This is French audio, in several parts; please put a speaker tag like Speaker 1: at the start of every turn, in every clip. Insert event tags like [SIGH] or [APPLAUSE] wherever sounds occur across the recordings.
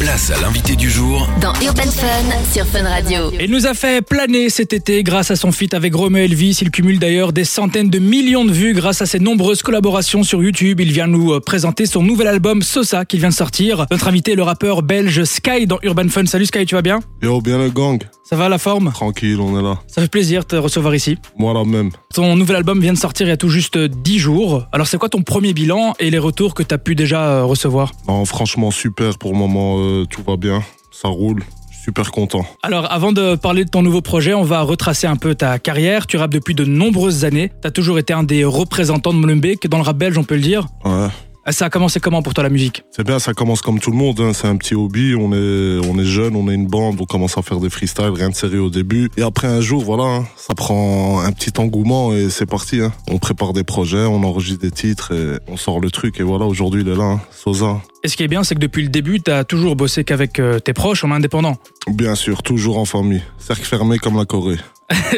Speaker 1: Place à l'invité du jour
Speaker 2: Dans Urban Fun sur Fun Radio.
Speaker 3: Il nous a fait planer cet été grâce à son feat avec Romeo Elvis. Il cumule d'ailleurs des centaines de millions de vues grâce à ses nombreuses collaborations sur YouTube. Il vient nous euh, présenter son nouvel album Sosa qu'il vient de sortir. Notre invité est le rappeur belge Sky dans Urban Fun. Salut Sky, tu vas bien
Speaker 4: Yo, bien le gang,
Speaker 3: Ça va la forme
Speaker 4: tranquille, on est là.
Speaker 3: Ça fait plaisir de te recevoir ici.
Speaker 4: Moi la même.
Speaker 3: Ton nouvel album vient de sortir il y a tout juste euh, 10 jours. Alors c'est quoi ton premier bilan et les retours que tu as pu déjà euh, recevoir
Speaker 4: Non, franchement, super pour le moment, euh, tout va bien, ça roule, super content.
Speaker 3: Alors, avant de parler de ton nouveau projet, on va retracer un peu ta carrière. Tu rappes depuis de nombreuses années. T'as toujours été un des représentants de Molenbeek dans le rap belge, on peut le dire. Ah,
Speaker 4: Ouais.
Speaker 3: Ça a commencé comment pour toi la musique
Speaker 4: C'est bien, ça commence comme tout le monde, hein, c'est un petit hobby, on est, on est jeune, on est une bande, on commence à faire des freestyles, rien de sérieux au début. Et après un jour, voilà, hein, ça prend un petit engouement et c'est parti. hein. On prépare des projets, on enregistre des titres et on sort le truc. Et voilà, aujourd'hui il est là, hein, Sosa.
Speaker 3: Et ce qui est bien, c'est que depuis le début, t'as toujours bossé qu'avec euh, tes proches en indépendant. [LAUGHS]
Speaker 4: Bien sûr, toujours en famille, cercle fermé comme la Corée.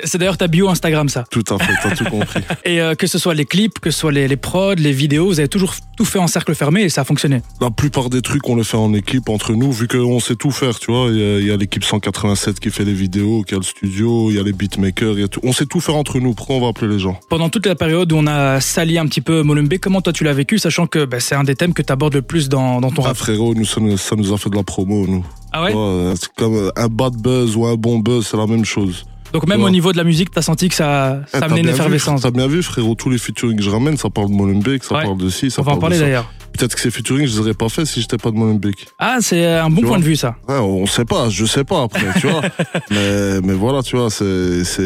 Speaker 3: C'est d'ailleurs ta bio Instagram, ça.
Speaker 4: Tout à fait, t'as tout compris.
Speaker 3: Et euh, que ce soit les clips, que ce soit les, les prods, les vidéos, vous avez toujours tout fait en cercle fermé et ça a fonctionné.
Speaker 4: La plupart des trucs, on les fait en équipe entre nous, vu qu'on sait tout faire, tu vois. Il y a- il y a, l'équipe 187 qui fait les vidéos, qui a le studio, il y a les beatmakers, il y a tout. On sait tout faire entre nous. Pourquoi on va appeler les gens
Speaker 3: Pendant toute la période où on a sali un petit peu Molenbeek, comment toi tu l'as vécu, sachant que bah, c'est un des thèmes que t'abordes le plus dans, dans ton
Speaker 4: Ah,
Speaker 3: rap
Speaker 4: frérot, nous, ça, nous, ça nous a fait de la promo, nous.
Speaker 3: Ah ouais
Speaker 4: Ouais, euh, c'est comme euh, un bad buzz ou un bon buzz, c'est la même chose.
Speaker 3: Donc même
Speaker 4: Ouais.
Speaker 3: au niveau de la musique, t'as senti que ça,
Speaker 4: Eh,
Speaker 3: ça
Speaker 4: t'as
Speaker 3: amenait une
Speaker 4: bien vu,
Speaker 3: effervescence.
Speaker 4: T'as bien vu, frérot, tous les featuring que je ramène, ça parle de Molenbeek, ça
Speaker 3: Ouais.
Speaker 4: parle de ci, ça
Speaker 3: On va en
Speaker 4: parle
Speaker 3: parler
Speaker 4: de ça.
Speaker 3: d'ailleurs.
Speaker 4: Peut-être que ces featuring, je les aurais pas fait si j'étais pas de Molenbeek.
Speaker 3: Ah, c'est un bon
Speaker 4: Tu
Speaker 3: point
Speaker 4: vois
Speaker 3: de vue, ça.
Speaker 4: Ouais, on sait pas, je sais pas après,
Speaker 3: [LAUGHS]
Speaker 4: tu vois. mais, mais voilà, tu vois, c'est, c'est,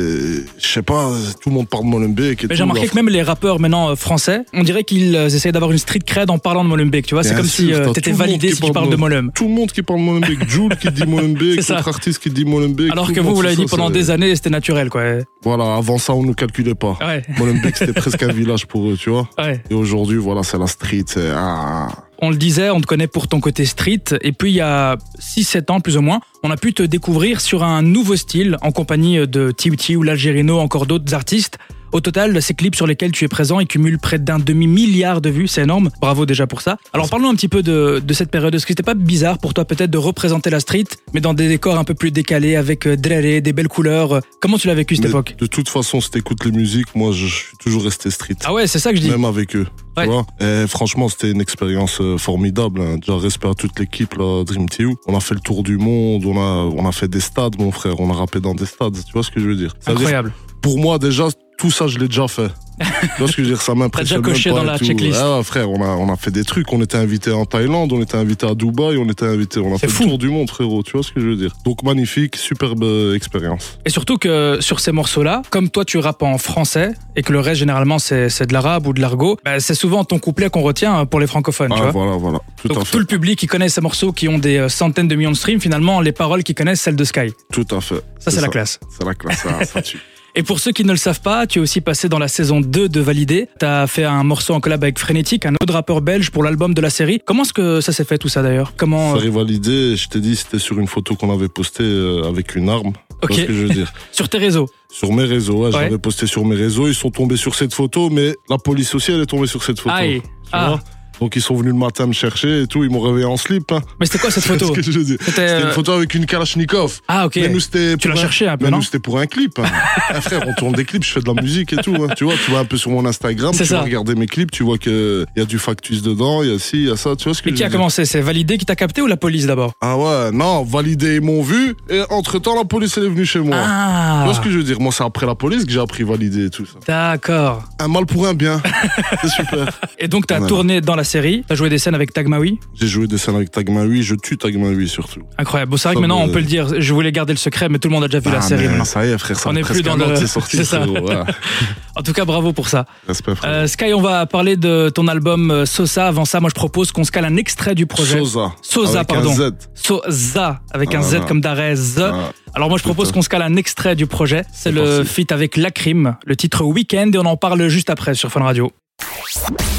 Speaker 4: je sais pas, tout le monde parle de Molenbeek et
Speaker 3: Mais
Speaker 4: tout,
Speaker 3: j'ai remarqué
Speaker 4: là.
Speaker 3: que même les rappeurs maintenant euh, français, on dirait qu'ils euh, essayent d'avoir une street cred en parlant de Molenbeek, tu vois. C'est
Speaker 4: Bien
Speaker 3: comme si
Speaker 4: sûr,
Speaker 3: euh,
Speaker 4: t'as
Speaker 3: t'étais
Speaker 4: tout le monde
Speaker 3: validé
Speaker 4: qui
Speaker 3: si tu
Speaker 4: parle
Speaker 3: parles de
Speaker 4: de-
Speaker 3: Molenbeek.
Speaker 4: Tout le monde qui parle de Molenbeek, Jules qui dit
Speaker 3: [LAUGHS]
Speaker 4: Molenbeek,
Speaker 3: C'est ça.
Speaker 4: d'autres artistes qui dit Molenbeek.
Speaker 3: Alors
Speaker 4: tout
Speaker 3: que
Speaker 4: le
Speaker 3: vous,
Speaker 4: monde
Speaker 3: vous
Speaker 4: fait
Speaker 3: l'avez dit
Speaker 4: ça,
Speaker 3: pendant
Speaker 4: c'est-
Speaker 3: des Ah. années et c'était naturel, quoi. Ouais,
Speaker 4: Voilà, avant ça, on nous calculait pas.
Speaker 3: ouais.
Speaker 4: [LAUGHS] Molenbeek, c'était presque un village pour eux, tu vois.
Speaker 3: ouais.
Speaker 4: Et aujourd'hui, voilà, c'est la street, c'est, ah.
Speaker 3: On le disait, on te connaît pour ton côté street. Et puis, il y a 6-7 ans, plus ou moins, on a pu te découvrir sur un nouveau style en compagnie de Tiwti ou l'Algérino, encore d'autres artistes. Au total, ces clips sur lesquels tu es présent, ils cumulent près d'un demi-milliard de vues, c'est énorme. Bravo déjà pour ça. Alors parlons un petit peu de, de cette période. Est-ce que c'était pas bizarre pour toi peut-être de représenter la street, mais dans des décors un peu plus décalés, avec euh, dréré, des belles couleurs Comment tu l'as vécu cette
Speaker 4: Mais
Speaker 3: époque
Speaker 4: De toute façon, si t'écoutes les musiques, moi, je, je suis toujours resté street.
Speaker 3: Ah ouais, c'est ça que je dis.
Speaker 4: Même avec eux.
Speaker 3: Ouais.
Speaker 4: Tu vois Et franchement, c'était une expérience euh, formidable. hein. Déjà, respect à toute l'équipe, là, Dream Team. On a fait le tour du monde, on a, on a fait des stades, mon frère. On a rappé dans des stades, tu vois ce que je veux dire Ça veut dire
Speaker 3: Incroyable.
Speaker 4: pour moi, déjà, tout ça, je l'ai déjà
Speaker 3: [LAUGHS]
Speaker 4: fait. tu vois ce que je veux dire Ça m'impressionne.
Speaker 3: T'as déjà coché
Speaker 4: même pas
Speaker 3: dans
Speaker 4: et
Speaker 3: la
Speaker 4: tout.
Speaker 3: checklist.
Speaker 4: Ah, ouais, frère, on a, on a fait des trucs. On était invité en Thaïlande, on était invité à Dubaï, on était invité. On a
Speaker 3: C'est
Speaker 4: fait
Speaker 3: fou.
Speaker 4: le tour du monde, frérot. Tu vois ce que je veux dire Donc, magnifique, superbe euh, expérience.
Speaker 3: Et surtout que sur ces morceaux-là, comme toi tu rappes en français et que le reste généralement c'est c'est de l'arabe ou de l'argot, bah, c'est souvent ton couplet qu'on retient hein, pour les francophones. tu vois
Speaker 4: Ah, voilà, voilà. Tout à
Speaker 3: Donc
Speaker 4: fait.
Speaker 3: tout le public qui connaît ces morceaux, qui ont des euh, centaines de millions de streams, finalement les paroles qu'ils connaissent, celles de Sky.
Speaker 4: Tout à fait.
Speaker 3: Ça c'est la classe.
Speaker 4: C'est la classe, ça, ça tue.
Speaker 3: Et pour ceux qui ne le savent pas, tu es aussi passé dans la saison 2 de Validé. T'as fait un morceau en collab avec Frénétique, un autre rappeur belge pour l'album de la série. Comment est-ce que ça s'est fait tout ça d'ailleurs Comment
Speaker 4: Ça
Speaker 3: euh,
Speaker 4: rivalidait, je t'ai dit, c'était sur une photo qu'on avait postée euh, avec une arme.
Speaker 3: Ok.
Speaker 4: Tu vois ce que je
Speaker 3: [LAUGHS]
Speaker 4: veux dire
Speaker 3: sur tes réseaux
Speaker 4: Sur mes réseaux, ouais, je
Speaker 3: Ouais.
Speaker 4: l'avais posté sur mes réseaux. Ils sont tombés sur cette photo, mais la police aussi, elle est tombée sur cette photo.
Speaker 3: Aïe.
Speaker 4: Tu
Speaker 3: Ah.
Speaker 4: vois Donc ils sont venus le matin me chercher et tout, ils m'ont réveillé en slip. hein. [LAUGHS]
Speaker 3: Mais c'était quoi cette
Speaker 4: Tu vois
Speaker 3: photo
Speaker 4: ce que je veux dire
Speaker 3: C'était
Speaker 4: C'était une
Speaker 3: euh,
Speaker 4: photo avec une Kalachnikov.
Speaker 3: Ah ok.
Speaker 4: Mais nous, c'était
Speaker 3: Tu
Speaker 4: pour
Speaker 3: l'as
Speaker 4: un-
Speaker 3: cherché un peu
Speaker 4: mais
Speaker 3: non
Speaker 4: nous, c'était pour un clip.
Speaker 3: [LAUGHS]
Speaker 4: hein. Ah, frère, on tourne des clips, je fais de la musique et tout. hein. Tu vois, tu vas un peu sur mon Instagram,
Speaker 3: C'est
Speaker 4: tu
Speaker 3: ça.
Speaker 4: vas regarder mes clips, tu vois qu'il y a du factus dedans, il y a ci, il y a ça. Tu vois ce que
Speaker 3: Et
Speaker 4: je
Speaker 3: qui
Speaker 4: veux
Speaker 3: a
Speaker 4: dire
Speaker 3: commencé C'est Validé qui t'a capté ou la police d'abord
Speaker 4: Ah ouais, non, validé, ils m'ont vu. Et entre-temps, la police, elle est venue chez moi. Tu
Speaker 3: Ah
Speaker 4: vois ce que je veux dire Moi, c'est après la police que j'ai appris valider et tout ça.
Speaker 3: D'accord.
Speaker 4: Un mal pour
Speaker 3: [LAUGHS]
Speaker 4: un bien. c'est super.
Speaker 3: Et donc t'as
Speaker 4: Voilà.
Speaker 3: tourné dans la série, t'as joué des scènes avec Tagmaoui.
Speaker 4: J'ai joué des scènes avec Tagma 8, je tue Tagma 8 surtout.
Speaker 3: Incroyable. Bon, c'est vrai que
Speaker 4: Comme,
Speaker 3: maintenant on
Speaker 4: euh,
Speaker 3: peut le dire, je voulais garder le secret, mais tout le monde a déjà vu la
Speaker 4: Ah,
Speaker 3: série
Speaker 4: mais
Speaker 3: maintenant.
Speaker 4: Ça y est, frère, ça
Speaker 3: On
Speaker 4: fait
Speaker 3: est plus
Speaker 4: presque
Speaker 3: dans
Speaker 4: un an
Speaker 3: le-
Speaker 4: que C'est
Speaker 3: [LAUGHS]
Speaker 4: sorti,
Speaker 3: c'est ça.
Speaker 4: frérot, ouais.
Speaker 3: En tout cas, bravo pour ça.
Speaker 4: Respect, frère.
Speaker 3: Euh, Sky, on va parler de ton album euh, Sosa. Avant ça, moi je propose qu'on se cale un extrait du projet.
Speaker 4: Sosa.
Speaker 3: Sosa,
Speaker 4: Avec
Speaker 3: pardon.
Speaker 4: Un Z.
Speaker 3: Sosa, avec un
Speaker 4: Ah,
Speaker 3: Z
Speaker 4: ah.
Speaker 3: comme d'arrêt.
Speaker 4: Ah,
Speaker 3: Alors moi je propose
Speaker 4: Putain.
Speaker 3: qu'on se cale un extrait du projet. C'est
Speaker 4: C'est
Speaker 3: le
Speaker 4: parti.
Speaker 3: feat avec Lacrim, le titre Weekend, et on en parle juste après sur Fun Radio.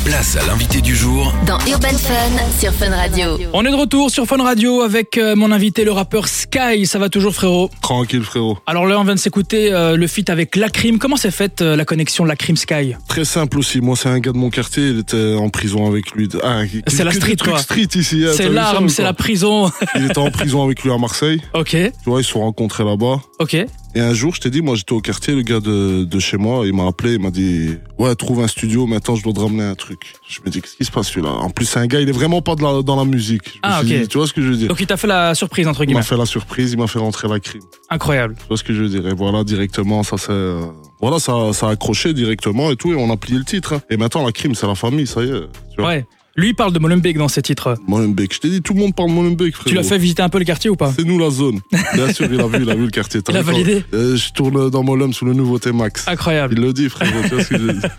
Speaker 1: Place à l'invité du jour
Speaker 2: Dans Urban Fun sur Fun Radio.
Speaker 3: On est de retour sur Fun Radio avec euh, mon invité, le rappeur Sky. Ça va toujours, frérot
Speaker 4: Tranquille, frérot.
Speaker 3: Alors là, on vient de s'écouter euh, le feat avec Lacrim. Comment s'est faite euh, la connexion Lacrim-Sky
Speaker 4: Très simple aussi. Moi, c'est un gars de mon quartier. Il était en prison avec lui. Ah, il-
Speaker 3: C'est la
Speaker 4: que des
Speaker 3: street,
Speaker 4: trucs
Speaker 3: quoi.
Speaker 4: street ici. hein, t'as
Speaker 3: C'est
Speaker 4: vu ça ou
Speaker 3: l'arme, c'est
Speaker 4: pas
Speaker 3: la prison. [LAUGHS]
Speaker 4: Il était en prison avec lui à Marseille.
Speaker 3: ok,
Speaker 4: Tu vois, ils se sont rencontrés là-bas.
Speaker 3: ok.
Speaker 4: Et un jour, je t'ai dit, moi, j'étais au quartier, le gars de, de chez moi, il m'a appelé, il m'a dit, ouais, trouve un studio, maintenant, je dois te ramener un truc. Je me dis, qu'est-ce qui se passe, celui-là? En plus, c'est un gars, il est vraiment pas de la- dans la musique. Je me
Speaker 3: Ah,
Speaker 4: suis
Speaker 3: ok.
Speaker 4: dit, tu vois ce que je veux dire?
Speaker 3: Donc il t'a fait la surprise, entre
Speaker 4: Il
Speaker 3: guillemets.
Speaker 4: m'a fait la surprise, il m'a fait rentrer la crime.
Speaker 3: Incroyable.
Speaker 4: Tu vois ce que je veux dire? Et voilà, directement, ça, c'est, euh, voilà, ça, ça a accroché directement et tout, et on a plié le titre. hein. Et maintenant, la crime, c'est la famille, ça y est. Tu vois?
Speaker 3: Ouais. Lui, il parle de Molenbeek dans ses titres.
Speaker 4: Molenbeek. Je t'ai dit, tout le monde parle Molenbeek, frère.
Speaker 3: Tu l'as fait visiter un peu le quartier ou pas
Speaker 4: C'est nous la zone. Bien sûr, il a vu, il a vu le quartier.
Speaker 3: [LAUGHS]
Speaker 4: T'as
Speaker 3: Il a
Speaker 4: vu quand-
Speaker 3: validé Ah,
Speaker 4: Euh, je tourne dans Molum sous le nouveau T-Max.
Speaker 3: Incroyable.
Speaker 4: Il le dit, frérot. tu vois ce que je veux dire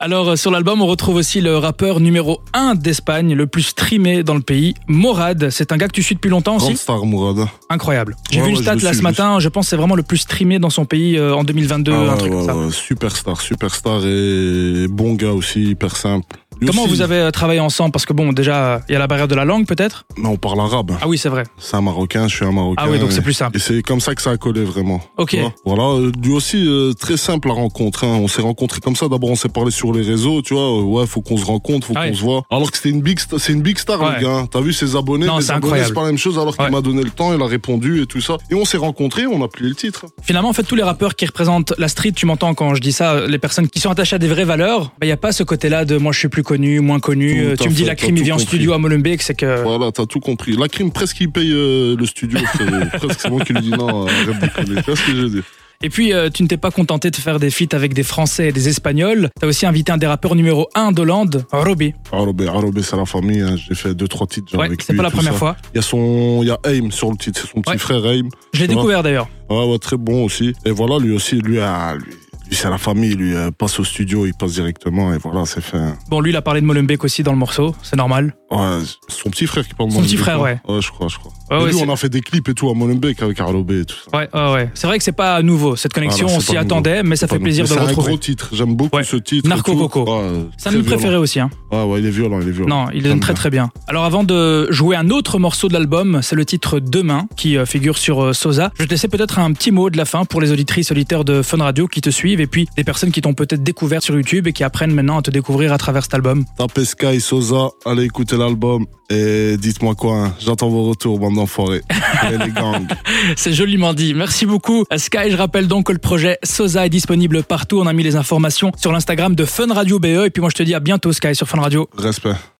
Speaker 3: Alors, euh, sur l'album, on retrouve aussi le rappeur numéro 1 d'Espagne, le plus streamé dans le pays, Morad. C'est un gars que tu suis depuis longtemps aussi
Speaker 4: Grande star Mourad.
Speaker 3: Incroyable. J'ai
Speaker 4: Ouais,
Speaker 3: vu une
Speaker 4: ouais, je
Speaker 3: stat
Speaker 4: le
Speaker 3: là
Speaker 4: suis,
Speaker 3: ce
Speaker 4: je le
Speaker 3: matin, je pense que c'est vraiment le plus streamé dans son pays euh, en 2022,
Speaker 4: Ah
Speaker 3: un
Speaker 4: ouais,
Speaker 3: truc comme
Speaker 4: ouais,
Speaker 3: ça.
Speaker 4: ouais, Superstar, superstar et bon gars aussi, hyper simple. Lui
Speaker 3: Comment
Speaker 4: aussi,
Speaker 3: vous avez euh, travaillé ensemble Parce que bon, déjà, il y a la barrière de la langue peut-être
Speaker 4: Mais on parle arabe.
Speaker 3: Ah oui, c'est vrai.
Speaker 4: C'est un Marocain, je suis un Marocain.
Speaker 3: Ah oui, donc
Speaker 4: et-
Speaker 3: c'est plus simple.
Speaker 4: Et c'est comme ça que ça a collé vraiment.
Speaker 3: Ok.
Speaker 4: Tu vois Voilà, euh, lui aussi, euh, très simple la rencontre. hein. On s'est rencontrés comme ça. D'abord, on s'est parlé sur les réseaux, tu vois. Euh, Ouais, faut qu'on se rencontre, faut
Speaker 3: Ah
Speaker 4: qu'on
Speaker 3: ouais.
Speaker 4: se voit. Alors que c'était une big, sta- c'est une big star,
Speaker 3: Ouais.
Speaker 4: le gars. hein. T'as vu ses abonnés,
Speaker 3: Non,
Speaker 4: mes
Speaker 3: c'est
Speaker 4: abonnés,
Speaker 3: incroyable.
Speaker 4: c'est pas la même chose. Alors qu'il
Speaker 3: Ouais.
Speaker 4: m'a donné le temps, il a répondu et tout ça. Et on s'est rencontrés, on a plié le titre.
Speaker 3: Finalement, en fait, tous les rappeurs qui représentent la street, tu m'entends quand je dis ça, les personnes qui sont attachées à des vraies valeurs, il y n'y a pas ce côté-là de moi je suis plus connu, moins connu.
Speaker 4: Tout
Speaker 3: euh,
Speaker 4: à
Speaker 3: tu me dis
Speaker 4: fait,
Speaker 3: la
Speaker 4: t'as
Speaker 3: crime, il
Speaker 4: tout
Speaker 3: vient en
Speaker 4: compris.
Speaker 3: studio à Molenbeek, c'est que.
Speaker 4: Voilà, bah, t'as tout compris. La crime, presque, il paye euh, le studio. frérot. presque, c'est moi qui lui dis non, euh, arrête de déconner. Tu vois ce que je veux dire
Speaker 3: Et puis, euh, tu ne t'es pas contenté de faire des feats avec des Français et des Espagnols. T'as aussi invité un des rappeurs numéro 1 d'Hollande, Robbie.
Speaker 4: Arobé, Arobé, ah, c'est la famille. hein. J'ai fait deux, trois titres genre,
Speaker 3: Ouais,
Speaker 4: avec
Speaker 3: c'est
Speaker 4: lui.
Speaker 3: pas la
Speaker 4: tout
Speaker 3: première
Speaker 4: ça.
Speaker 3: fois.
Speaker 4: Il y a son, il y a Aim sur le titre. C'est son petit
Speaker 3: Ouais.
Speaker 4: frère Aim.
Speaker 3: Je l'ai
Speaker 4: Ça va.
Speaker 3: découvert d'ailleurs.
Speaker 4: Ouais, ouais, très bon aussi. Et voilà, lui aussi, lui, ah, lui, lui, c'est la famille. Lui euh, passe au studio, il passe directement. Et voilà, c'est fait. hein.
Speaker 3: Bon, lui, il a parlé de Molenbeek aussi dans le morceau, c'est normal.
Speaker 4: Ouais, son petit frère qui parle
Speaker 3: Son petit
Speaker 4: Molenbeek,
Speaker 3: frère, ouais.
Speaker 4: Ouais, je crois, je crois.
Speaker 3: Ouais,
Speaker 4: et
Speaker 3: ouais,
Speaker 4: lui,
Speaker 3: c'est-
Speaker 4: on a fait des clips et tout à Molenbeek avec Arobé et tout ça.
Speaker 3: Ouais, ouais, ouais. C'est vrai que c'est pas nouveau cette connexion,
Speaker 4: Voilà,
Speaker 3: on
Speaker 4: Ah c'est
Speaker 3: s'y
Speaker 4: pas nouveau.
Speaker 3: attendait, mais ça
Speaker 4: Enfin,
Speaker 3: fait
Speaker 4: non,
Speaker 3: plaisir
Speaker 4: mais
Speaker 3: de le
Speaker 4: C'est un
Speaker 3: retrouver.
Speaker 4: gros titre. J'aime beaucoup
Speaker 3: Ouais.
Speaker 4: ce titre. et
Speaker 3: Narco
Speaker 4: tout.
Speaker 3: Coco.
Speaker 4: Ouais,
Speaker 3: C'est un
Speaker 4: très
Speaker 3: de mes
Speaker 4: violent.
Speaker 3: préférés aussi. Hein.
Speaker 4: Ouais, Ah ouais, il est violent, il est violent.
Speaker 3: Non, il les donne
Speaker 4: J'aime
Speaker 3: très
Speaker 4: bien.
Speaker 3: très bien. Alors avant de jouer un autre morceau de l'album, c'est le titre Demain qui euh, figure sur euh, Sosa. Je vais te laisser peut-être un petit mot de la fin pour les auditrices auditeurs de Fun Radio qui te suivent et puis des personnes qui t'ont peut-être découvert sur YouTube et qui apprennent maintenant à te découvrir à travers cet album.
Speaker 4: Tapez Sky Sosa, allez écouter l'album et dites-moi quoi. hein. J'attends vos retours, bande
Speaker 3: [LAUGHS]
Speaker 4: d'enfoirés. Allez, les gangs.
Speaker 3: [LAUGHS] C'est joliment dit. Merci beaucoup. à Sky, je rappelle donc que le projet Sosa est disponible E. partout. On a mis les informations sur l'Instagram de Fun Radio BE et puis moi je te dis à bientôt Sky sur Fun Radio.
Speaker 4: Respect.